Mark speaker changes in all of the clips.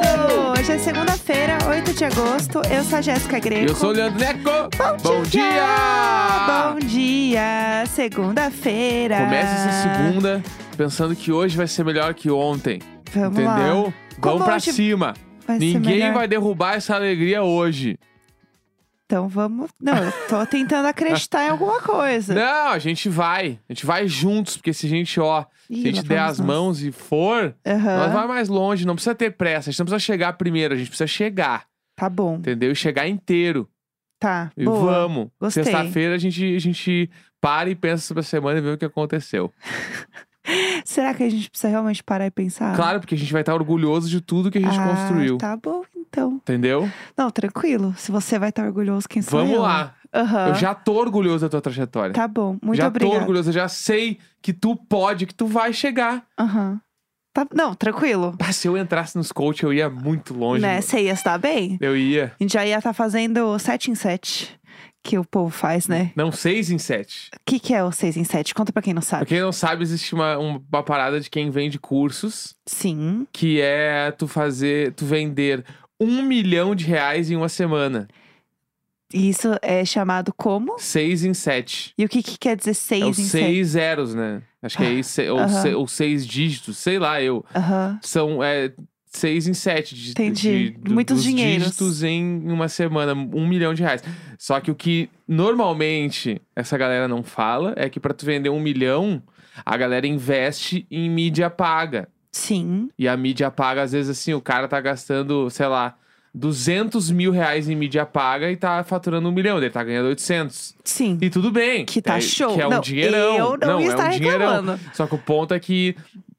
Speaker 1: um é segunda-feira, 8 de agosto. Eu sou a Jéssica Greco.
Speaker 2: Eu sou o Leandro Neco.
Speaker 1: Bom,
Speaker 2: Bom
Speaker 1: dia!
Speaker 2: dia!
Speaker 1: Bom dia! Segunda-feira!
Speaker 2: Começa
Speaker 1: Ah.
Speaker 2: essa segunda pensando que hoje vai ser melhor que ontem.
Speaker 1: Vamos lá.
Speaker 2: entendeu?
Speaker 1: Como
Speaker 2: Vamos pra
Speaker 1: hoje
Speaker 2: cima.
Speaker 1: Vai ser
Speaker 2: Ninguém
Speaker 1: melhor.
Speaker 2: vai derrubar essa alegria hoje.
Speaker 1: Então vamos. Não, eu tô tentando acreditar em alguma coisa.
Speaker 2: Não, a gente vai. A gente vai juntos, porque se a gente, ó,
Speaker 1: Ih,
Speaker 2: se a gente
Speaker 1: lá
Speaker 2: der
Speaker 1: vamos
Speaker 2: as
Speaker 1: nós.
Speaker 2: mãos e for,
Speaker 1: Aham,
Speaker 2: nós vai mais longe. Não precisa ter pressa. A gente não precisa chegar primeiro, a gente precisa chegar,
Speaker 1: Tá bom.
Speaker 2: entendeu? E chegar inteiro.
Speaker 1: Tá.
Speaker 2: E
Speaker 1: boa.
Speaker 2: vamos.
Speaker 1: Gostei.
Speaker 2: Sexta-feira a gente, a gente para e pensa sobre a semana e vê o que aconteceu.
Speaker 1: Será que a gente precisa realmente parar e pensar?
Speaker 2: Claro, porque a gente vai estar orgulhoso de tudo que a gente
Speaker 1: Tá. Ah,
Speaker 2: construiu.
Speaker 1: Tá bom, então.
Speaker 2: Entendeu?
Speaker 1: Não, tranquilo. Se você vai estar orgulhoso, quem sou
Speaker 2: Vamos
Speaker 1: eu? né?
Speaker 2: lá.
Speaker 1: Aham.
Speaker 2: Eu já tô orgulhoso da tua trajetória.
Speaker 1: Tá bom. Muito
Speaker 2: já tô
Speaker 1: obrigada.
Speaker 2: orgulhoso, eu já sei que tu pode, que tu vai chegar.
Speaker 1: Aham. Tá... Não, tranquilo.
Speaker 2: Ah, se eu entrasse nos coach, eu ia muito longe.
Speaker 1: né?
Speaker 2: mano.
Speaker 1: Você ia estar bem?
Speaker 2: Eu ia.
Speaker 1: A gente já ia estar fazendo 7 em 7, que o povo faz, né?
Speaker 2: Não, seis em sete.
Speaker 1: O que, que é o 6 em 7? Conta pra quem não
Speaker 2: Pra
Speaker 1: sabe.
Speaker 2: quem não sabe, existe uma, um, uma parada de quem vende cursos,
Speaker 1: Sim.
Speaker 2: que é tu fazer, tu vender um milhão de reais em uma semana.
Speaker 1: E Isso é chamado como?
Speaker 2: Seis em sete.
Speaker 1: E o que, que quer dizer 6
Speaker 2: é
Speaker 1: em
Speaker 2: os
Speaker 1: 7?
Speaker 2: seis zeros, né? Acho que é isso, ou,
Speaker 1: Aham.
Speaker 2: se- ou seis dígitos, sei lá, eu.
Speaker 1: Aham.
Speaker 2: São é, seis em sete. De,
Speaker 1: Entendi.
Speaker 2: de- do-
Speaker 1: Muitos
Speaker 2: dos
Speaker 1: dinheiros.
Speaker 2: dígitos em uma semana, um milhão de reais. Só que o que normalmente essa galera não fala é que pra tu vender um milhão, a galera investe em mídia paga.
Speaker 1: Sim.
Speaker 2: E a mídia paga, às vezes, assim, o cara tá gastando, sei lá, 200 mil reais em mídia paga e tá faturando um milhão. Ele tá ganhando 800.
Speaker 1: Sim.
Speaker 2: E tudo bem.
Speaker 1: Que tá
Speaker 2: é,
Speaker 1: show.
Speaker 2: Que é um
Speaker 1: não,
Speaker 2: dinheirão.
Speaker 1: Eu não, ia
Speaker 2: é
Speaker 1: estar
Speaker 2: um dinheirão.
Speaker 1: reclamando.
Speaker 2: Só que o ponto é que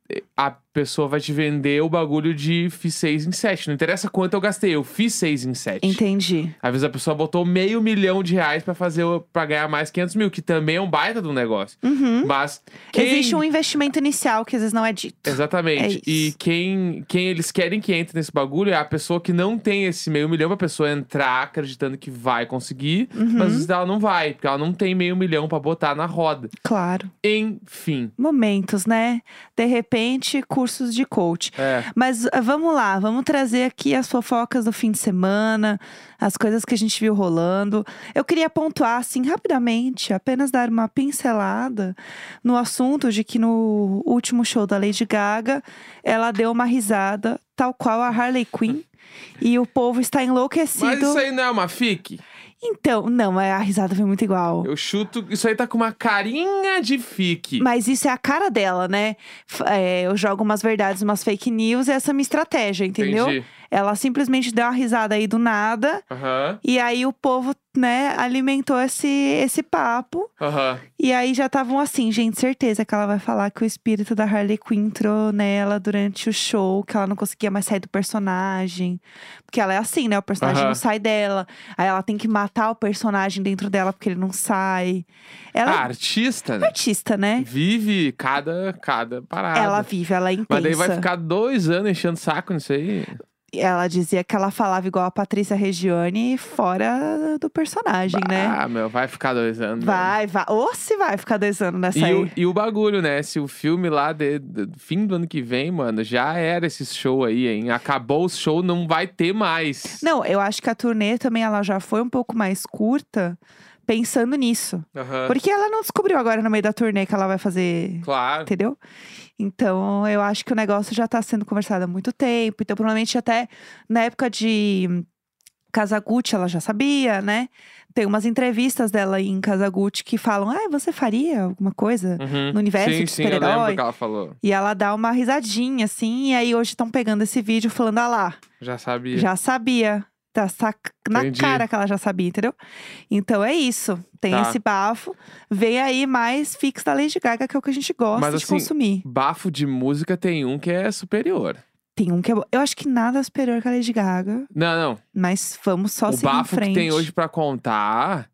Speaker 2: eh, a pessoa vai te vender o bagulho de fiz 6 em 7. Não interessa quanto eu gastei, eu fiz 6 em 7.
Speaker 1: Entendi.
Speaker 2: Às vezes a pessoa botou meio milhão de reais pra fazer o- pra ganhar mais 500 mil, que também é um baita do negócio.
Speaker 1: Uhum.
Speaker 2: Mas quem...
Speaker 1: Existe um investimento inicial que às vezes não é dito.
Speaker 2: Exatamente.
Speaker 1: É
Speaker 2: e
Speaker 1: isso.
Speaker 2: quem, quem eles querem que entre nesse bagulho é a pessoa que não tem esse meio milhão pra pessoa entrar acreditando que vai conseguir,
Speaker 1: Uhum.
Speaker 2: mas às vezes ela não vai, porque ela não tem meio milhão pra botar na roda.
Speaker 1: Claro.
Speaker 2: Enfim.
Speaker 1: Momentos, né? De repente, cursos de coach.
Speaker 2: É.
Speaker 1: Mas ah, vamos lá, vamos trazer aqui as fofocas do fim de semana, as coisas que a gente viu rolando. Eu queria pontuar, assim, rapidamente, apenas dar uma pincelada no assunto de que no último show da Lady Gaga, ela deu uma risada, tal qual a Harley Quinn, e o povo está enlouquecido.
Speaker 2: Mas isso aí não é uma fique?
Speaker 1: Então, não, é- a risada foi muito igual.
Speaker 2: Eu chuto. Isso aí tá com uma carinha de fique.
Speaker 1: Mas isso é a cara dela, né? F- é, eu jogo umas verdades, umas fake news, essa é a minha estratégia, entendeu?
Speaker 2: Entendi.
Speaker 1: Ela simplesmente deu uma risada aí do nada.
Speaker 2: Aham.
Speaker 1: E aí o povo, né, alimentou esse, esse papo.
Speaker 2: Aham.
Speaker 1: E aí já estavam assim, gente, certeza que ela vai falar que o espírito da Harley Quinn entrou nela durante o show, que ela não conseguia mais sair do personagem. Porque ela é assim, né? O personagem
Speaker 2: Aham.
Speaker 1: não sai dela. Aí ela tem que matar o personagem dentro dela porque ele não sai.
Speaker 2: A
Speaker 1: Ela
Speaker 2: artista,
Speaker 1: é
Speaker 2: né?
Speaker 1: artista, né?
Speaker 2: Vive cada, cada parada.
Speaker 1: Ela vive, ela é intensa.
Speaker 2: Mas daí vai ficar dois anos enchendo saco nisso aí.
Speaker 1: Ela dizia que ela falava igual a Patrícia Regiane fora do personagem, né?
Speaker 2: Ah, meu, vai ficar dois anos.
Speaker 1: Vai, vai. Ou se vai ficar dois anos nessa
Speaker 2: mesmo.
Speaker 1: aí.
Speaker 2: E o, e o bagulho, né? Se o filme lá, de, do- fim do ano que vem, mano, já era esse show aí, hein? Acabou o show, não vai ter mais.
Speaker 1: Não, eu acho que a turnê também ela já foi um pouco mais curta pensando nisso.
Speaker 2: Aham.
Speaker 1: Porque ela não descobriu agora no meio da turnê que ela vai fazer,
Speaker 2: Claro.
Speaker 1: entendeu? Então, eu acho que o negócio já tá sendo conversado há muito tempo. Então, provavelmente até na época de Casagutti ela já sabia, né? Tem umas entrevistas dela em Casagutti que falam: "Ah, você faria alguma coisa?"
Speaker 2: Uhum.
Speaker 1: No universo
Speaker 2: sim,
Speaker 1: de
Speaker 2: sim, eu lembro
Speaker 1: super-herói.
Speaker 2: o que ela falou.
Speaker 1: E ela dá uma risadinha assim, e aí hoje estão pegando esse vídeo falando: "Ah lá,
Speaker 2: Já sabia.
Speaker 1: já sabia. Tá sa- na
Speaker 2: Entendi.
Speaker 1: cara que ela já sabia, entendeu? Então é isso. Tem
Speaker 2: Tá.
Speaker 1: esse bafo. Vem aí mais fix da Lady Gaga, que é o que a gente gosta
Speaker 2: Mas,
Speaker 1: de
Speaker 2: assim,
Speaker 1: consumir.
Speaker 2: Bafo de música tem um que é superior.
Speaker 1: Tem um que é bom. Eu acho que nada é superior que a Lady Gaga,
Speaker 2: Não, não.
Speaker 1: mas vamos só
Speaker 2: o
Speaker 1: seguir em
Speaker 2: bafo
Speaker 1: frente.
Speaker 2: que tem hoje pra contar,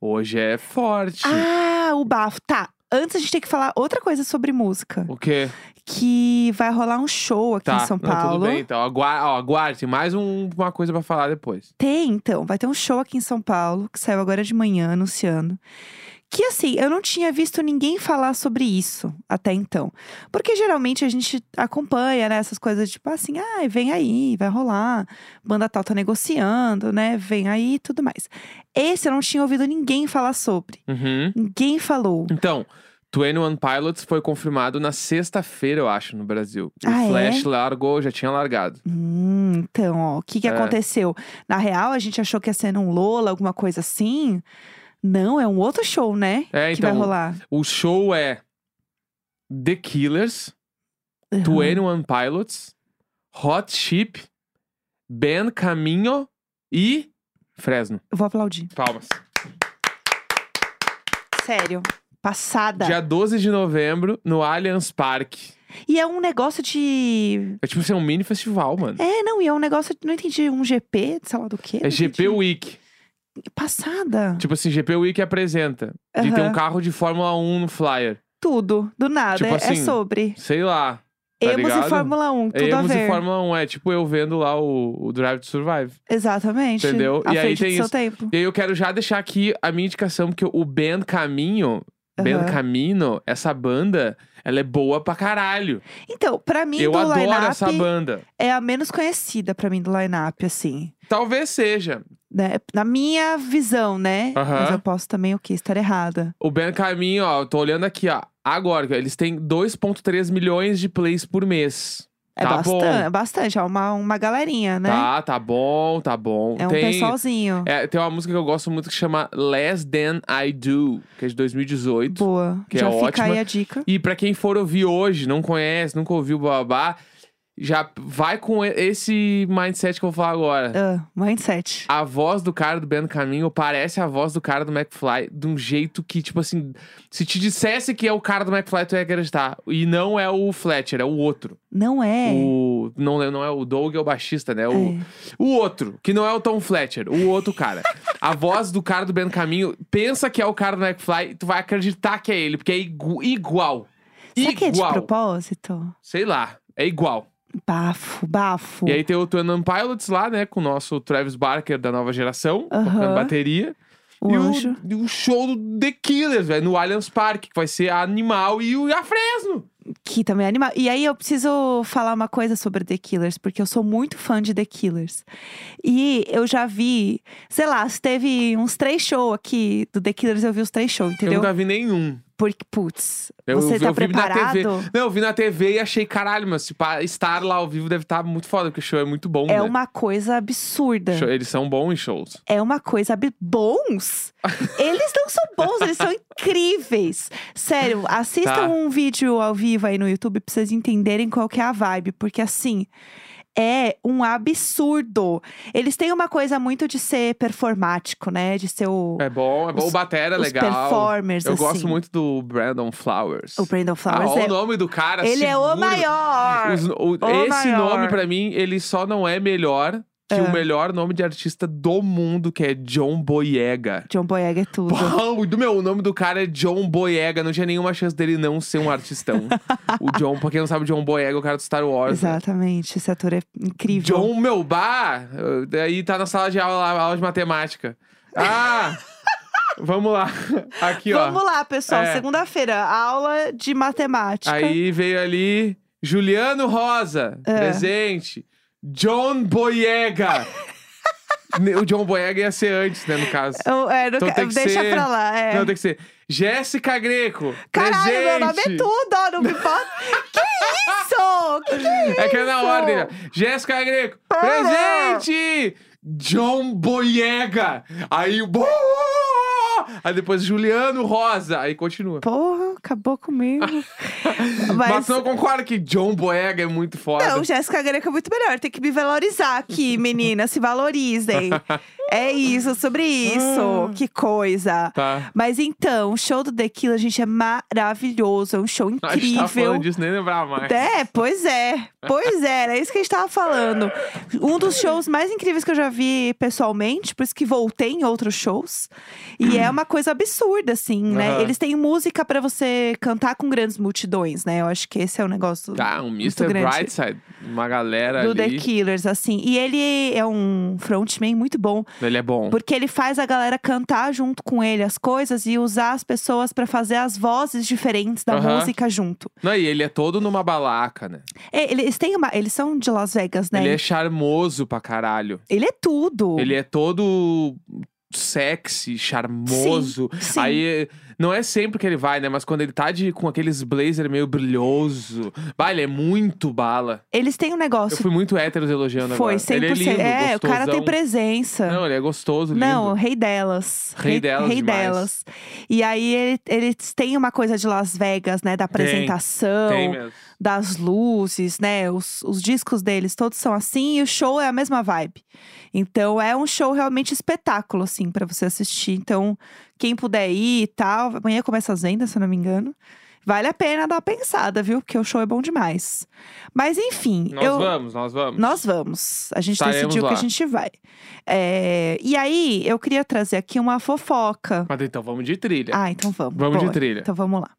Speaker 2: hoje é forte.
Speaker 1: Ah, o bafo. Tá. Antes a gente tem que falar outra coisa sobre música.
Speaker 2: O quê?
Speaker 1: Que vai rolar um show aqui
Speaker 2: Tá.
Speaker 1: em São
Speaker 2: Não,
Speaker 1: Paulo.
Speaker 2: tudo bem, então. Agua- ó, aguarde, tem mais um- uma coisa pra falar depois.
Speaker 1: Tem, então. Vai ter um show aqui em São Paulo, que saiu agora de manhã, anunciando. Que assim, eu não tinha visto ninguém falar sobre isso até então. Porque geralmente a gente acompanha, né, essas coisas tipo assim, ah, vem aí, vai rolar, banda tal tá negociando, né, vem aí e tudo mais. Esse eu não tinha ouvido ninguém falar sobre.
Speaker 2: Uhum.
Speaker 1: Ninguém falou.
Speaker 2: Então, 21 Pilots foi confirmado na sexta-feira, eu acho, no Brasil. O
Speaker 1: Ah, é?
Speaker 2: Flash largou, já tinha largado.
Speaker 1: Hum, então, ó, o que, que
Speaker 2: É.
Speaker 1: aconteceu? Na real, a gente achou que ia ser num Lola, alguma coisa assim. Não, é um outro show, né?
Speaker 2: É,
Speaker 1: que vai
Speaker 2: então,
Speaker 1: rolar.
Speaker 2: o show é The Killers,
Speaker 1: Aham.
Speaker 2: 21 Pilots, Hot Chip, Ben Caminho e Fresno.
Speaker 1: Eu vou aplaudir.
Speaker 2: Palmas.
Speaker 1: Sério. Passada.
Speaker 2: Dia 12 de novembro, no Allianz Parque.
Speaker 1: E é um negócio de.
Speaker 2: É tipo assim, um mini festival, mano.
Speaker 1: É, não, e é um negócio. de- Não entendi. Um GP, sei lá do quê.
Speaker 2: É,
Speaker 1: não
Speaker 2: GP
Speaker 1: entendi.
Speaker 2: Week.
Speaker 1: Passada.
Speaker 2: Tipo assim, GP Week apresenta. De ter
Speaker 1: Aham.
Speaker 2: um carro de Fórmula 1 no flyer.
Speaker 1: Tudo, do nada.
Speaker 2: Tipo
Speaker 1: é, é
Speaker 2: assim,
Speaker 1: sobre.
Speaker 2: Sei lá. tá
Speaker 1: Emos
Speaker 2: ligado?
Speaker 1: e Fórmula 1, tudo a
Speaker 2: Emos
Speaker 1: ver.
Speaker 2: e Fórmula 1. É tipo eu vendo lá o, o Drive to Survive.
Speaker 1: Exatamente.
Speaker 2: Entendeu?
Speaker 1: À
Speaker 2: E aí
Speaker 1: frente
Speaker 2: tem
Speaker 1: do seu
Speaker 2: isso.
Speaker 1: tempo.
Speaker 2: E aí eu quero já deixar aqui a minha indicação, porque o Ben Caminho, Ben
Speaker 1: Aham.
Speaker 2: Camino, essa banda, ela é boa pra caralho.
Speaker 1: Então, pra mim,
Speaker 2: eu
Speaker 1: do
Speaker 2: adoro
Speaker 1: line-up
Speaker 2: essa banda.
Speaker 1: é a menos conhecida pra mim do line-up, assim.
Speaker 2: Talvez seja.
Speaker 1: né? Na minha visão, né?
Speaker 2: Aham.
Speaker 1: Mas eu posso também o quê? Estar errada.
Speaker 2: O Ben Caminho, ó, eu tô olhando aqui, ó. Agora, eles têm 2,3 milhões de plays por mês.
Speaker 1: É
Speaker 2: Tá bom.
Speaker 1: bastante, é bastante. É uma, uma galerinha, né?
Speaker 2: Tá, tá bom, tá bom.
Speaker 1: É um
Speaker 2: tem,
Speaker 1: pessoalzinho.
Speaker 2: é, tem uma música que eu gosto muito que chama Less Than I Do, que é de 2018.
Speaker 1: Boa.
Speaker 2: que é
Speaker 1: Já fica
Speaker 2: ótima.
Speaker 1: aí a dica.
Speaker 2: E pra quem for ouvir hoje, não conhece, nunca ouviu babá, já vai com e- esse mindset que eu vou falar agora.
Speaker 1: Ah, mindset.
Speaker 2: A voz do cara do Ben Caminho parece a voz do cara do McFly de um jeito que, tipo assim, se te dissesse que é o cara do McFly, tu ia acreditar. E não é o Fletcher, é o outro.
Speaker 1: Não é.
Speaker 2: O, não, lembro, não é o Doug, é o baixista, né? O,
Speaker 1: É.
Speaker 2: o outro, que não é o Tom Fletcher, o outro cara. a voz do cara do Ben Caminho, pensa que é o cara do McFly, tu vai acreditar que é ele, porque é igu- igual.
Speaker 1: Será
Speaker 2: igual.
Speaker 1: que é de propósito?
Speaker 2: Sei lá, é igual.
Speaker 1: Bafo, bafo.
Speaker 2: E aí tem o Twenam Pilots lá, né? Com o nosso Travis Barker da nova geração,
Speaker 1: Aham.
Speaker 2: tocando bateria.
Speaker 1: o
Speaker 2: e,
Speaker 1: Um anjo.
Speaker 2: O, e o show do The Killers, velho, no Allianz Park, que vai ser a Animal e o e a Fresno.
Speaker 1: Que também é animal. E aí eu preciso falar uma coisa sobre The Killers, porque eu sou muito fã de The Killers. E eu já vi, sei lá, se teve uns três shows aqui do The Killers, eu vi os três shows,
Speaker 2: Eu
Speaker 1: entendeu?
Speaker 2: nunca vi nenhum.
Speaker 1: Porque, putz,
Speaker 2: Eu,
Speaker 1: você
Speaker 2: vi-
Speaker 1: tá
Speaker 2: eu vi na um, TV.
Speaker 1: preparado?
Speaker 2: Não, eu vi na TV e achei, caralho, mas se pá, estar lá ao vivo deve estar muito foda, porque o show é muito bom,
Speaker 1: É
Speaker 2: né?
Speaker 1: uma coisa absurda.
Speaker 2: Show- Eles são bons em shows.
Speaker 1: É uma coisa. ab- Bons? Eles não são bons, eles são incríveis. Sério, assistam
Speaker 2: Tá.
Speaker 1: um vídeo ao vivo aí no YouTube pra vocês entenderem qual que é a vibe, porque assim. É um absurdo. Eles têm uma coisa muito de ser performático, né? De ser o,
Speaker 2: É bom, é bom.
Speaker 1: Os-
Speaker 2: o Batera é
Speaker 1: os
Speaker 2: legal.
Speaker 1: performers,
Speaker 2: eu
Speaker 1: assim.
Speaker 2: gosto muito do Brandon Flowers.
Speaker 1: o Brandon
Speaker 2: ah,
Speaker 1: Flowers.
Speaker 2: olha
Speaker 1: é-
Speaker 2: o nome do cara.
Speaker 1: ele é o
Speaker 2: seguro.
Speaker 1: maior!
Speaker 2: Os- o-
Speaker 1: O
Speaker 2: esse
Speaker 1: maior. É.
Speaker 2: nome, pra mim, ele só não é melhor que o melhor nome de artista do mundo, que é John Boyega.
Speaker 1: John Boyega é tudo.
Speaker 2: Pau, do meu, o nome do cara é John Boyega. Não tinha nenhuma chance dele não ser um artistão. o John, pra quem não sabe, o John Boyega é o cara do Star Wars. né?
Speaker 1: Exatamente, esse ator é incrível.
Speaker 2: John Melbar, eh, daí tá na sala de aula, lá, aula de matemática. Ah! vamos lá. Aqui, ó.
Speaker 1: Vamos lá, pessoal.
Speaker 2: É.
Speaker 1: Segunda-feira, aula de matemática.
Speaker 2: Aí veio ali Juliano Rosa,
Speaker 1: É.
Speaker 2: presente. John Boyega. Ne- o John Boyega ia ser antes, né, no caso.
Speaker 1: Eu- é, não
Speaker 2: Então
Speaker 1: ca-
Speaker 2: tem que
Speaker 1: deixa
Speaker 2: ser-
Speaker 1: pra lá. É.
Speaker 2: Não, tem que ser. Jéssica Greco.
Speaker 1: Caralho,
Speaker 2: presente.
Speaker 1: meu nome é tudo, ó, não me importa. que isso? Que que é isso?
Speaker 2: É que é na ordem, né? Jéssica Greco, presente! John Boyega. Aí o. Bo- Aí depois Juliano Rosa. Aí continua.
Speaker 1: Porra, acabou comigo.
Speaker 2: Mas,
Speaker 1: Mas...
Speaker 2: não eu concordo que John Boyega é muito foda.
Speaker 1: Não, Jéssica Greco é muito melhor. Tem que me valorizar aqui, meninas. Se valorizem. é isso, sobre isso. que coisa.
Speaker 2: Ah. Tá.
Speaker 1: Mas então, o show do The Killer, gente, é maravilhoso. É um show
Speaker 2: A gente tava
Speaker 1: incrível.
Speaker 2: falando disso, nem lembrava mais.
Speaker 1: É, pois é. Pois é, era isso que a gente tava falando. Um dos shows mais incríveis que eu já vi pessoalmente, por isso que voltei em outros shows. E é é uma coisa absurda, assim, né?
Speaker 2: Aham.
Speaker 1: Eles têm música pra você cantar com grandes multidões, né? Eu acho que esse é o negócio
Speaker 2: Tá, um
Speaker 1: Muito
Speaker 2: Mr.
Speaker 1: grande.
Speaker 2: Brightside. Uma galera
Speaker 1: do The
Speaker 2: ali.
Speaker 1: Killers, assim. E ele é um frontman muito bom,
Speaker 2: Ele é bom.
Speaker 1: porque ele faz a galera cantar junto com ele as coisas e usar as pessoas pra fazer as vozes diferentes da
Speaker 2: Aham.
Speaker 1: música junto.
Speaker 2: Não, e ele é todo numa balaca, né?
Speaker 1: É, Eles têm uma, eles são de Las Vegas, né?
Speaker 2: Ele é charmoso pra caralho.
Speaker 1: Ele é tudo.
Speaker 2: Ele é todo sexy, charmoso.
Speaker 1: Sim.
Speaker 2: Aí, não é sempre que ele vai, né? Mas quando ele tá de, com aqueles blazer meio brilhoso. Bah, ele é muito bala.
Speaker 1: Eles têm um
Speaker 2: Eu
Speaker 1: negócio.
Speaker 2: fui muito hétero elogiando
Speaker 1: Foi,
Speaker 2: agora.
Speaker 1: 100%.
Speaker 2: Ele é lindo,
Speaker 1: é, o cara tem
Speaker 2: gostosão.
Speaker 1: presença.
Speaker 2: Não, ele é gostoso, lindo.
Speaker 1: Não, rei delas.
Speaker 2: Rei delas
Speaker 1: Rei
Speaker 2: demais.
Speaker 1: delas. E aí ele- eles têm uma coisa de Las Vegas, né? Da apresentação,
Speaker 2: Tem mesmo.
Speaker 1: das luzes, né? Os, os discos deles todos são assim e o show é a mesma vibe. Então é um show realmente espetáculo, assim, pra você assistir. Então, quem puder ir e tal, amanhã começa as vendas, se eu não me engano. Vale a pena dar uma pensada, viu? Porque o show é bom demais. Mas enfim,
Speaker 2: Nós
Speaker 1: eu.
Speaker 2: vamos, nós vamos.
Speaker 1: Nós vamos. A gente
Speaker 2: Estaremos
Speaker 1: decidiu que
Speaker 2: lá.
Speaker 1: a gente vai. É, E aí, eu queria trazer aqui uma fofoca.
Speaker 2: Mas então vamos de trilha.
Speaker 1: Ah, então vamos.
Speaker 2: Vamos de
Speaker 1: Boa.
Speaker 2: trilha.
Speaker 1: Então vamos lá.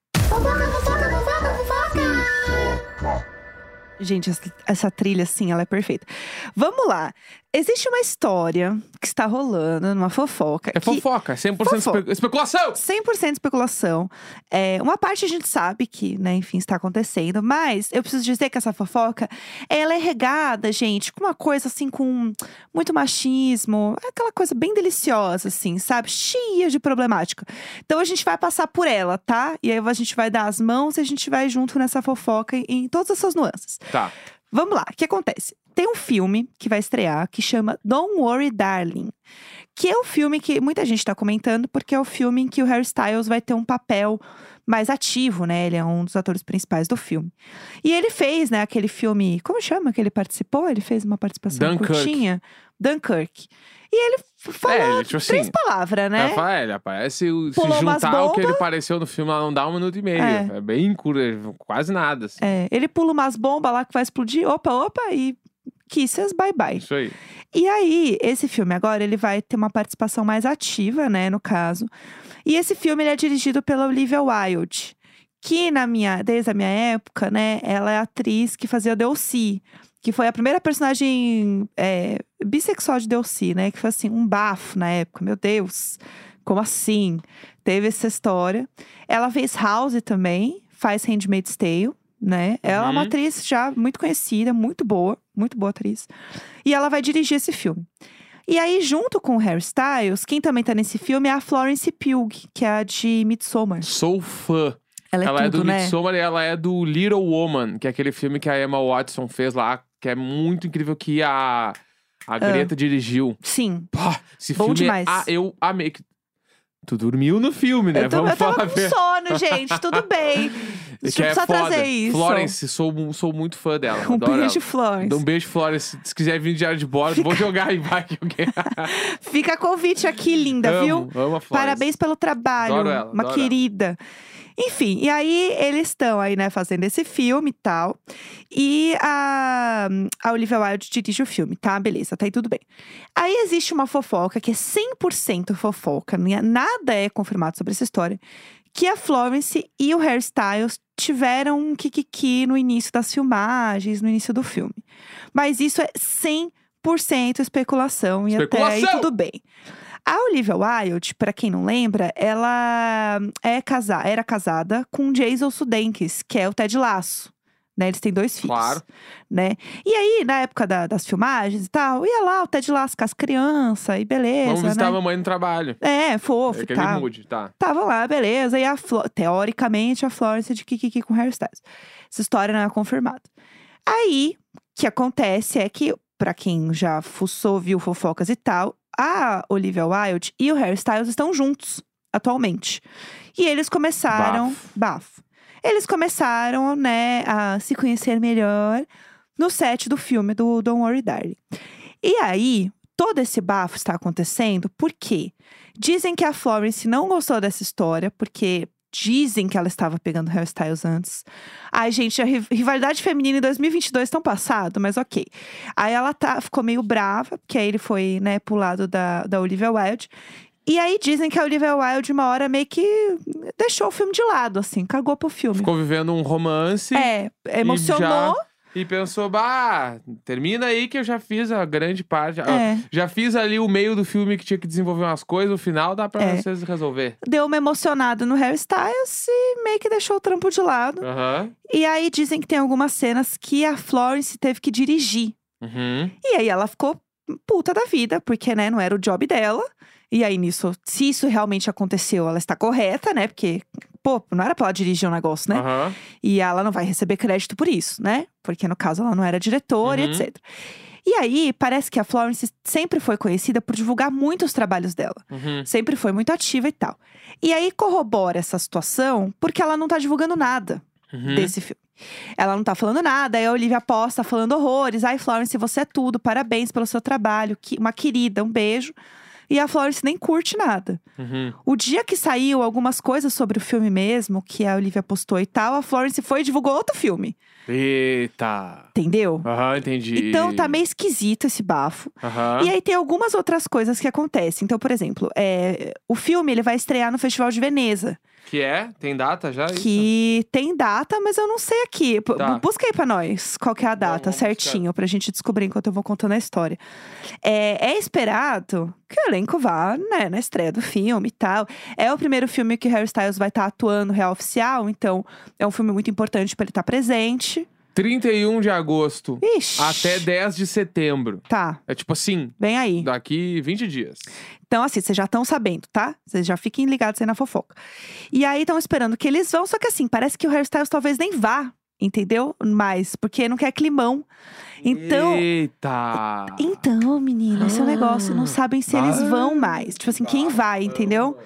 Speaker 1: Gente, essa, essa trilha, assim, ela é perfeita. Vamos lá. Existe uma história que está rolando numa fofoca.
Speaker 2: É
Speaker 1: que...
Speaker 2: fofoca, 100%
Speaker 1: Fofo.
Speaker 2: espe- especulação!
Speaker 1: 100% especulação. É, uma parte a gente sabe que, né, enfim, está acontecendo. Mas eu preciso dizer que essa fofoca, ela é regada, gente, com uma coisa assim, com muito machismo. Aquela coisa bem deliciosa, assim, sabe? Cheia de problemática. Então a gente vai passar por ela, tá? E aí a gente vai dar as mãos e a gente vai junto nessa fofoca em- em todas as suas nuances.
Speaker 2: Tá.
Speaker 1: Vamos lá, o que acontece? Tem um filme que vai estrear que chama Don't Worry Darling. Que é um filme que muita gente tá comentando, porque é o filme em que o Harry Styles vai ter um papel mais ativo, né? Ele é um dos atores principais do filme. E ele fez, né, aquele filme. Como chama que ele participou? Ele fez uma participação
Speaker 2: Dunkirk.
Speaker 1: curtinha? Dunkirk. E ele f- falou
Speaker 2: É, ele, tipo assim,
Speaker 1: três palavras, né?
Speaker 2: Ela fala, é, ele aparece, o- se
Speaker 1: Pulou umas
Speaker 2: juntar o que ele
Speaker 1: bombas.
Speaker 2: apareceu no filme, ela não dá um minuto e meio. É,
Speaker 1: É.
Speaker 2: bem curto, quase nada, assim.
Speaker 1: É, ele pula umas bombas lá que vai explodir. Opa, opa, e kisses, bye bye.
Speaker 2: Isso aí.
Speaker 1: E aí, esse filme agora, ele vai ter uma participação mais ativa, né, no caso. E esse filme, ele é dirigido pela Olivia Wilde, que na minha, desde a minha época, né, ela é a atriz que fazia Delcy, que foi a primeira personagem é, bissexual de Delcy, né, que foi assim, um bafo na época, meu Deus, como assim? Teve essa história. Ela fez House também, faz Handmaid's Tale, né, ela é uma
Speaker 2: Uhum.
Speaker 1: atriz já muito conhecida, muito boa, muito boa atriz. E ela vai dirigir esse filme. E aí, junto com o Harry Styles, quem também tá nesse filme é a Florence Pugh, que é a de Midsommar.
Speaker 2: Sou fã.
Speaker 1: Ela é
Speaker 2: ela
Speaker 1: tudo,
Speaker 2: é do
Speaker 1: né?
Speaker 2: Midsommar e ela é do Little Woman, que é aquele filme que a Emma Watson fez lá, que é muito incrível, que a, a Greta dirigiu.
Speaker 1: Sim.
Speaker 2: Pá, esse
Speaker 1: Ah. Bom
Speaker 2: filme
Speaker 1: demais.
Speaker 2: É, ah, eu amei. que- Tu dormiu no filme, né?
Speaker 1: eu, tô-
Speaker 2: Vamos
Speaker 1: eu tava
Speaker 2: falar a
Speaker 1: com
Speaker 2: verdade.
Speaker 1: sono, gente. Tudo bem.
Speaker 2: E
Speaker 1: Deixa
Speaker 2: que
Speaker 1: eu
Speaker 2: é
Speaker 1: só
Speaker 2: foda.
Speaker 1: trazer isso.
Speaker 2: Florence, sou, mu- sou muito fã dela.
Speaker 1: um
Speaker 2: adoro
Speaker 1: beijo,
Speaker 2: ela.
Speaker 1: Florence.
Speaker 2: Dá um beijo, Florence. Se quiser vir de diário de bordo, vou jogar e vai que eu quero.
Speaker 1: Fica convite aqui, linda,
Speaker 2: amo,
Speaker 1: viu?
Speaker 2: Amo a Florence.
Speaker 1: Parabéns pelo trabalho,
Speaker 2: Adoro ela,
Speaker 1: uma
Speaker 2: adoro
Speaker 1: querida. Enfim, e aí eles estão aí, né, fazendo esse filme e tal. E a, a Olivia Wilde dirige o filme, tá? Beleza, tá aí tudo bem. Aí existe uma fofoca, que é 100% fofoca, né? nada é confirmado sobre essa história. Que a Florence e o Harry Styles tiveram um kikiki no início das filmagens, no início do filme. Mas isso é 100% especulação, e até aí
Speaker 2: Especulação!
Speaker 1: tudo bem. A Olivia Wilde, pra quem não lembra, ela é casa- era casada com Jason Sudeikis, que é o Ted Lasso. Né? Eles têm dois filhos.
Speaker 2: Claro.
Speaker 1: Né? E aí, na época da- das filmagens e tal, ia lá o Ted Lasso com as crianças e beleza,
Speaker 2: Vamos visitar a
Speaker 1: né?
Speaker 2: mamãe no trabalho.
Speaker 1: É, fofo
Speaker 2: É
Speaker 1: e
Speaker 2: que ele
Speaker 1: tal.
Speaker 2: mude, tá.
Speaker 1: Tava lá, beleza. E a Flo... teoricamente, a Florence de Kikiki com Harry Styles. Essa história não é confirmada. Aí, o que acontece é que, pra quem já fuçou, viu fofocas e tal, a Olivia Wilde e o Harry Styles estão juntos atualmente. E eles começaram.
Speaker 2: Bafo.
Speaker 1: Bafo. Eles começaram, né, a se conhecer melhor no set do filme do Don't Worry Darling. E aí, todo esse bafo está acontecendo porque dizem que a Florence não gostou dessa história, porque dizem que ela estava pegando hairstyles antes. Ai, gente, a ri- rivalidade feminina em 2022 tão passado, mas ok. Aí ela tá, ficou meio brava, porque aí ele foi, né, pro lado da, da Olivia Wilde. E aí dizem que a Olivia Wilde, uma hora, meio que deixou o filme de lado, assim, cagou pro filme.
Speaker 2: Ficou vivendo um romance
Speaker 1: É, emocionou.
Speaker 2: e pensou, bah, termina aí que eu já fiz a grande parte. já-
Speaker 1: É.
Speaker 2: Já fiz ali o meio do filme que tinha que desenvolver umas coisas, o final dá pra
Speaker 1: É.
Speaker 2: vocês resolver.
Speaker 1: Deu uma emocionada no Harry Styles e meio que deixou o trampo de lado.
Speaker 2: Aham.
Speaker 1: E aí dizem que tem algumas cenas que a Florence teve que dirigir.
Speaker 2: Uhum.
Speaker 1: E aí ela ficou puta da vida, porque, né, não era o job dela. E aí nisso, se isso realmente aconteceu, ela está correta, né? Porque, pô, não era pra ela dirigir um negócio, né?
Speaker 2: Aham.
Speaker 1: E ela não vai receber crédito por isso, né? Porque no caso ela não era diretora, e
Speaker 2: Uhum.
Speaker 1: etc. E aí, parece que a Florence sempre foi conhecida por divulgar muito os trabalhos dela.
Speaker 2: Uhum.
Speaker 1: Sempre foi muito ativa e tal. E aí corrobora essa situação porque ela não tá divulgando nada
Speaker 2: Uhum.
Speaker 1: desse filme. Ela não tá falando nada, aí a Olivia posta falando horrores. Ai, Florence, você é tudo, parabéns pelo seu trabalho, que- uma querida, um beijo. E a Florence nem curte nada.
Speaker 2: Uhum.
Speaker 1: O dia que saiu algumas coisas sobre o filme mesmo, que a Olivia postou e tal, a Florence foi e divulgou outro filme,
Speaker 2: Eita.
Speaker 1: entendeu?
Speaker 2: Aham, entendi.
Speaker 1: Então tá meio esquisito esse bafo.
Speaker 2: Aham.
Speaker 1: E aí tem algumas outras coisas que acontecem. Então, por exemplo, é, o filme ele vai estrear no Festival de Veneza,
Speaker 2: Que é? Tem data já? isso?
Speaker 1: que tem data, mas eu não sei aqui. P-
Speaker 2: Tá.
Speaker 1: Busca aí pra nós qual que é a data
Speaker 2: vamos buscar.
Speaker 1: certinho, pra gente descobrir enquanto eu vou contando a história. É, é esperado que o elenco vá né, na estreia do filme e tal. É o primeiro filme que o Harry Styles vai estar atuando real oficial, então é um filme muito importante pra ele estar presente.
Speaker 2: 31 de agosto
Speaker 1: Ixi.
Speaker 2: até 10 de setembro.
Speaker 1: Tá,
Speaker 2: É tipo assim,
Speaker 1: vem aí.
Speaker 2: daqui 20 dias.
Speaker 1: Então, assim, vocês já estão sabendo, tá? Vocês já fiquem ligados aí na fofoca. E aí estão esperando que eles vão, só que assim, parece que o Harry Styles talvez nem vá, entendeu? Mais, porque não quer climão. Então.
Speaker 2: Eita!
Speaker 1: Então, menino, esse é o
Speaker 2: Ah.
Speaker 1: negócio. Não sabem se eles
Speaker 2: Ah.
Speaker 1: vão mais. Tipo assim, quem vai, entendeu?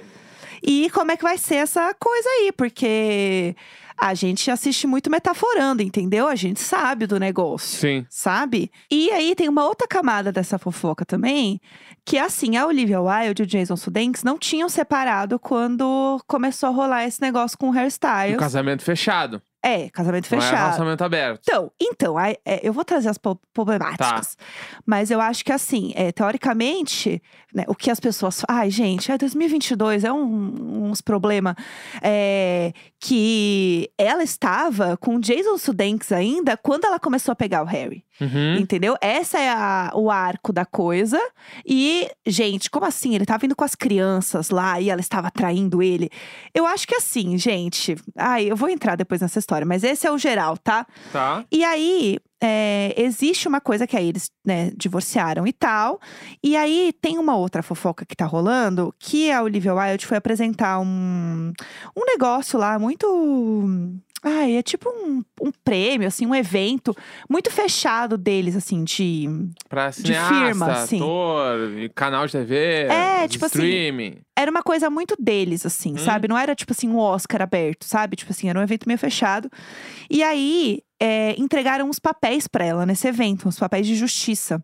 Speaker 1: E como é que vai ser essa coisa aí? Porque a gente assiste muito metaforando, entendeu? A gente sabe do negócio
Speaker 2: Sim.
Speaker 1: sabe? E aí tem uma outra camada dessa fofoca também, que é assim, a Olivia Wilde e o Jason Sudeikis não tinham separado quando começou a rolar esse negócio com o
Speaker 2: Um
Speaker 1: hairstyle.
Speaker 2: casamento fechado.
Speaker 1: É, casamento
Speaker 2: Não é
Speaker 1: fechado.
Speaker 2: relacionamento aberto.
Speaker 1: Então, então aí, é, eu vou trazer as po-
Speaker 2: Tá.
Speaker 1: problemáticas. Mas eu acho que, assim, é, teoricamente, né, o que as pessoas. fa- Ai, gente, é 2022 é um, uns problema. É, que ela estava com o Jason Sudeikis ainda quando ela começou a pegar o Harry.
Speaker 2: Uhum.
Speaker 1: Entendeu? Essa é a- o arco da coisa. E, gente, como assim? Ele tava indo com as crianças lá e ela estava traindo ele. Eu acho que assim, gente. Ai, eu vou entrar depois nessa história, mas esse é o geral, tá?
Speaker 2: Tá.
Speaker 1: E aí, é, existe uma coisa que aí eles né, divorciaram e tal. E aí tem uma outra fofoca que tá rolando que a Olivia Wilde foi apresentar um, um negócio lá muito. Ai, é tipo um, um prêmio, assim, um evento muito fechado deles, assim, de.
Speaker 2: Pra
Speaker 1: De
Speaker 2: cineasta,
Speaker 1: firma, assim.
Speaker 2: ator, e canal de TV,
Speaker 1: É, tipo assim,
Speaker 2: streaming.
Speaker 1: Era uma coisa muito deles, assim,
Speaker 2: Hum.
Speaker 1: sabe? Não era, tipo assim, um Oscar aberto, sabe? Tipo assim, era um evento meio fechado. E aí, é, entregaram uns papéis pra ela nesse evento, uns papéis de justiça.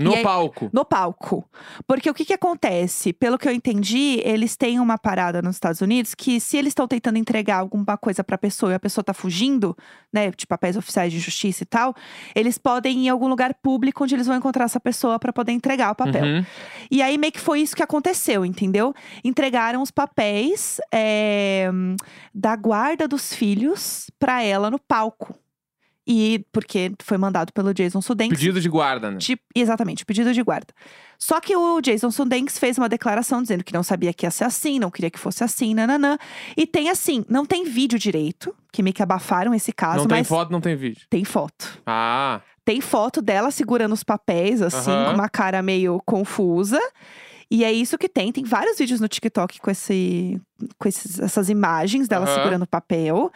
Speaker 2: No
Speaker 1: e aí-
Speaker 2: palco.
Speaker 1: No palco. Porque o que, que acontece? Pelo que eu entendi, eles têm uma parada nos Estados Unidos que, se eles estão tentando entregar alguma coisa pra pessoa e a pessoa tá fugindo, né? De papéis oficiais de justiça e tal, eles podem ir em algum lugar público onde eles vão encontrar essa pessoa pra poder entregar o papel.
Speaker 2: Uhum.
Speaker 1: E aí meio que foi isso que aconteceu, entendeu? Entregaram os papéis é, da guarda dos filhos pra ela no palco. E porque foi mandado pelo Jason Sudeikis.
Speaker 2: Pedido de guarda, né?
Speaker 1: De- É. exatamente, pedido de guarda. Só que o Jason Sudeikis fez uma declaração dizendo que não sabia que ia ser assim, não queria que fosse assim, nananã. E tem assim, não tem vídeo direito, que meio que abafaram esse caso,
Speaker 2: não tem
Speaker 1: mas
Speaker 2: foto, não tem vídeo.
Speaker 1: tem foto.
Speaker 2: Ah,
Speaker 1: Tem foto dela segurando os papéis, assim,
Speaker 2: Aham.
Speaker 1: com uma cara meio confusa. E é isso que tem. Tem vários vídeos no TikTok com, esse, com esses- essas imagens dela
Speaker 2: Aham.
Speaker 1: segurando o papel.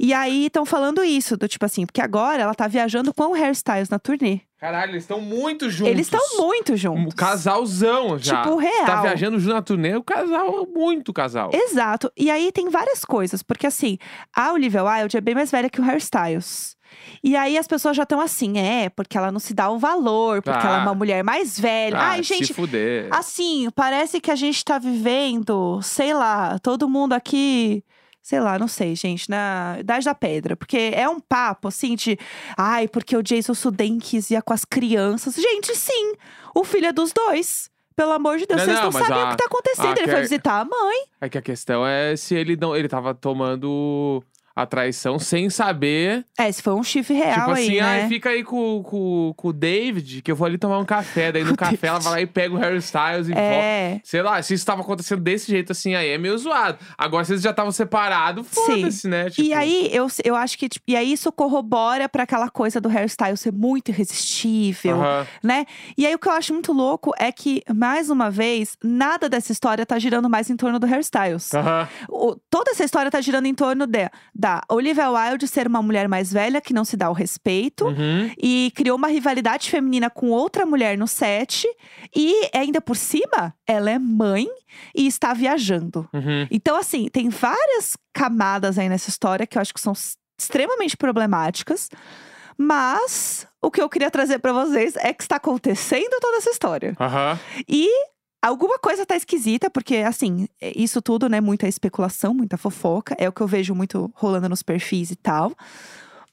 Speaker 1: E aí estão falando isso, do tipo assim, porque agora ela tá viajando com o Hairstyles na turnê.
Speaker 2: caralho, eles estão muito juntos.
Speaker 1: Eles estão muito
Speaker 2: Um
Speaker 1: juntos.
Speaker 2: casalzão já.
Speaker 1: Tipo, real.
Speaker 2: Tá viajando junto na turnê, o casal, é muito casal.
Speaker 1: Exato. E aí tem várias coisas, porque assim, a Olivia Wilde é bem mais velha que o Harry Styles. E aí as pessoas já estão assim, é, porque ela não se dá o valor, porque
Speaker 2: Ah.
Speaker 1: ela é uma mulher mais velha.
Speaker 2: Ah,
Speaker 1: Ai, gente,
Speaker 2: Se fuder.
Speaker 1: assim, parece que a gente tá vivendo, sei lá, todo mundo aqui. Sei lá, não sei, gente, na Idade da Pedra. Porque é um papo, assim, de. Ai, porque o Jason Sudeikis ia com as crianças. Gente, sim, o filho é dos dois. Pelo amor de Deus,
Speaker 2: Não,
Speaker 1: vocês
Speaker 2: não,
Speaker 1: não,
Speaker 2: mas
Speaker 1: sabem
Speaker 2: a-
Speaker 1: o que tá acontecendo.
Speaker 2: a
Speaker 1: ele foi
Speaker 2: Ker-
Speaker 1: visitar a mãe.
Speaker 2: É que a questão é se ele não. Ele tava tomando a traição sem saber.
Speaker 1: É, esse foi um chifre real
Speaker 2: tipo assim,
Speaker 1: aí, né?
Speaker 2: ai, fica aí com, com, com o David, que eu vou ali tomar um café. Daí no
Speaker 1: O
Speaker 2: café
Speaker 1: David.
Speaker 2: ela vai lá e pega o Harry Styles e volta.
Speaker 1: É.
Speaker 2: Sei lá, se isso tava acontecendo desse jeito assim, aí é meio zoado. Agora, se eles já estavam separados, foda-se, né? Tipo,
Speaker 1: E aí, eu, eu acho que. tipo, e aí, isso corrobora pra aquela coisa do hairstyle ser muito irresistível,
Speaker 2: aham.
Speaker 1: né? E aí, o que eu acho muito louco é que, mais uma vez, nada dessa história tá girando mais em torno do hairstyles.
Speaker 2: Aham.
Speaker 1: O- toda essa história tá girando em torno de, da Olivia Wilde ser uma mulher mais velha que não se dá o respeito.
Speaker 2: Uhum.
Speaker 1: E criou uma rivalidade feminina com outra mulher no set. E ainda por cima, ela é mãe e está viajando.
Speaker 2: Uhum.
Speaker 1: Então, assim, tem várias camadas aí nessa história que eu acho que são s- extremamente problemáticas. Mas o que eu queria trazer pra vocês é que está acontecendo toda essa história.
Speaker 2: Aham.
Speaker 1: E alguma coisa tá esquisita, porque assim, é- isso tudo, né? Muita especulação, muita fofoca. É o que eu vejo muito rolando nos perfis e tal.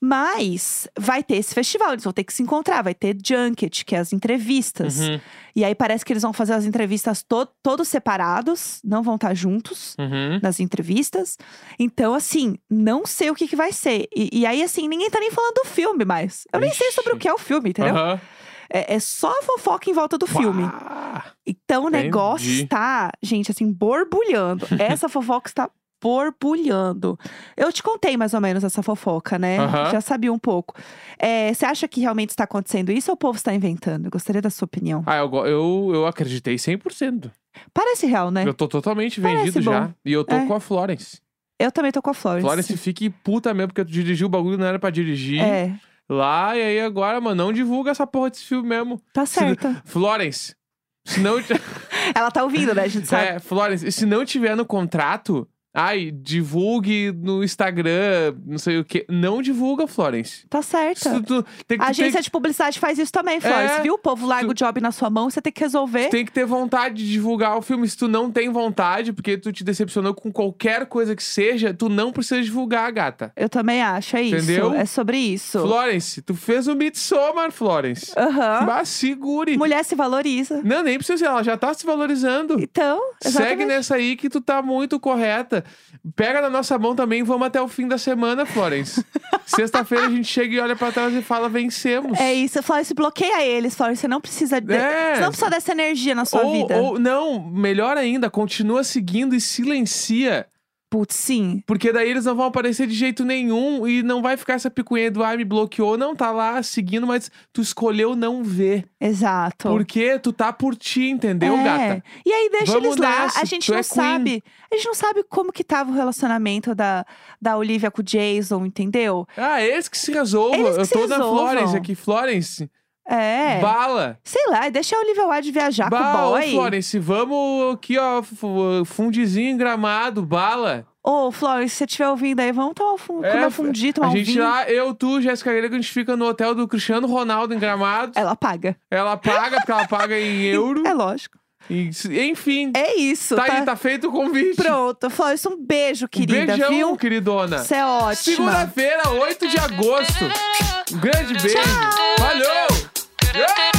Speaker 1: Mas vai ter esse festival, eles vão ter que se encontrar, vai ter junket, que é as entrevistas.
Speaker 2: Uhum.
Speaker 1: E aí parece que eles vão fazer as entrevistas to- todos separados, não vão estar juntos
Speaker 2: Uhum.
Speaker 1: nas entrevistas. Então, assim, não sei o que, que vai ser. E, e aí, assim, ninguém tá nem falando do filme mais. Eu nem sei
Speaker 2: Ixi.
Speaker 1: sobre o que é o filme, entendeu?
Speaker 2: Aham.
Speaker 1: É, é só fofoca em volta do filme.
Speaker 2: Pá.
Speaker 1: Então o
Speaker 2: Entendi.
Speaker 1: negócio está, gente, assim, borbulhando. Essa fofoca está borbulhando. Eu te contei mais ou menos essa fofoca, né?
Speaker 2: Aham.
Speaker 1: Já sabia um pouco. É, você acha que realmente está acontecendo isso ou o povo está inventando? Eu gostaria da sua opinião.
Speaker 2: Ah, eu, go- eu, eu acreditei 100%.
Speaker 1: Parece real, né?
Speaker 2: Eu tô totalmente
Speaker 1: Parece
Speaker 2: vendido
Speaker 1: bom.
Speaker 2: já. E eu tô
Speaker 1: É.
Speaker 2: com a Florence.
Speaker 1: Eu também tô com a Florence.
Speaker 2: Florence fique puta mesmo, porque eu dirigi o bagulho, não era pra dirigir.
Speaker 1: É,
Speaker 2: Lá, e aí agora, mano, não divulga essa porra desse filme mesmo.
Speaker 1: tá
Speaker 2: Se-
Speaker 1: certa.
Speaker 2: Florence, se não,
Speaker 1: Ela tá ouvindo, né? A gente sabe.
Speaker 2: é, Florence, se não tiver no contrato, ai, divulgue no Instagram, não sei o que. Não divulga, Florence.
Speaker 1: Tá certa.
Speaker 2: Isso tu- tem, que-
Speaker 1: A
Speaker 2: tem,
Speaker 1: agência de publicidade faz isso também, Florence,
Speaker 2: É.
Speaker 1: viu? O povo larga o job na sua mão, você tem que resolver.
Speaker 2: tem que ter vontade de divulgar o filme. Se tu não tem vontade, porque tu te decepcionou com qualquer coisa que seja, tu não precisa divulgar, gata.
Speaker 1: Eu também acho, é
Speaker 2: Entendeu?
Speaker 1: isso. É sobre isso.
Speaker 2: Florence, tu fez o Midsommar, Florence.
Speaker 1: Aham.
Speaker 2: Bah, segure.
Speaker 1: Mulher se valoriza.
Speaker 2: Não, nem precisa, ela já tá se valorizando.
Speaker 1: Então, exatamente.
Speaker 2: Segue nessa aí que tu tá muito correta. Pega na nossa mão também e vamos até o fim da semana, Florence. Sexta-feira a gente chega e olha pra trás e fala: vencemos.
Speaker 1: É isso, Florence, bloqueia eles, Florence, você não precisa de...
Speaker 2: É.
Speaker 1: Você não precisa dessa energia na sua
Speaker 2: ou,
Speaker 1: vida.
Speaker 2: ou não, melhor ainda, continua seguindo e silencia.
Speaker 1: Putz, sim.
Speaker 2: Porque daí eles não vão aparecer de jeito nenhum e não vai ficar essa picuinha do ai, me bloqueou. Não, tá lá seguindo, mas tu escolheu não ver.
Speaker 1: Exato.
Speaker 2: Porque tu tá por ti, entendeu,
Speaker 1: é.
Speaker 2: gata?
Speaker 1: E aí deixa
Speaker 2: Vamos
Speaker 1: eles lá,
Speaker 2: nessa,
Speaker 1: a gente
Speaker 2: tu
Speaker 1: não
Speaker 2: é queen.
Speaker 1: sabe. A gente não sabe como que tava o relacionamento da, da Olivia com o Jason, entendeu?
Speaker 2: Ah, eles que se resolvam.
Speaker 1: Eles que
Speaker 2: Eu
Speaker 1: se
Speaker 2: tô na
Speaker 1: resolvam.
Speaker 2: Florence aqui. Florence,
Speaker 1: É.
Speaker 2: bala.
Speaker 1: Sei lá, deixa a Olivia Wilde viajar
Speaker 2: Bah,
Speaker 1: com o
Speaker 2: ô,
Speaker 1: boy. é
Speaker 2: Florence, vamos aqui, ó, fu- fundizinho em gramado, bala.
Speaker 1: Ô, Florence, se você estiver ouvindo aí, vamos tomar um fun...
Speaker 2: É,
Speaker 1: comer um fundi, tomar
Speaker 2: a
Speaker 1: um
Speaker 2: gente
Speaker 1: vinho.
Speaker 2: lá, eu, tu, Jéssica Grega, a gente fica no hotel do Cristiano Ronaldo em gramado.
Speaker 1: Ela paga.
Speaker 2: Ela paga, porque ela paga em euro.
Speaker 1: É lógico.
Speaker 2: E se- enfim,
Speaker 1: É isso,
Speaker 2: tá
Speaker 1: tá?
Speaker 2: aí, tá feito o convite.
Speaker 1: Pronto. Florence, um beijo, querida,
Speaker 2: Beijão,
Speaker 1: viu?
Speaker 2: queridona.
Speaker 1: Você é ótima.
Speaker 2: Segunda-feira, 8 de agosto. Um grande beijo. Valeu! Yeah!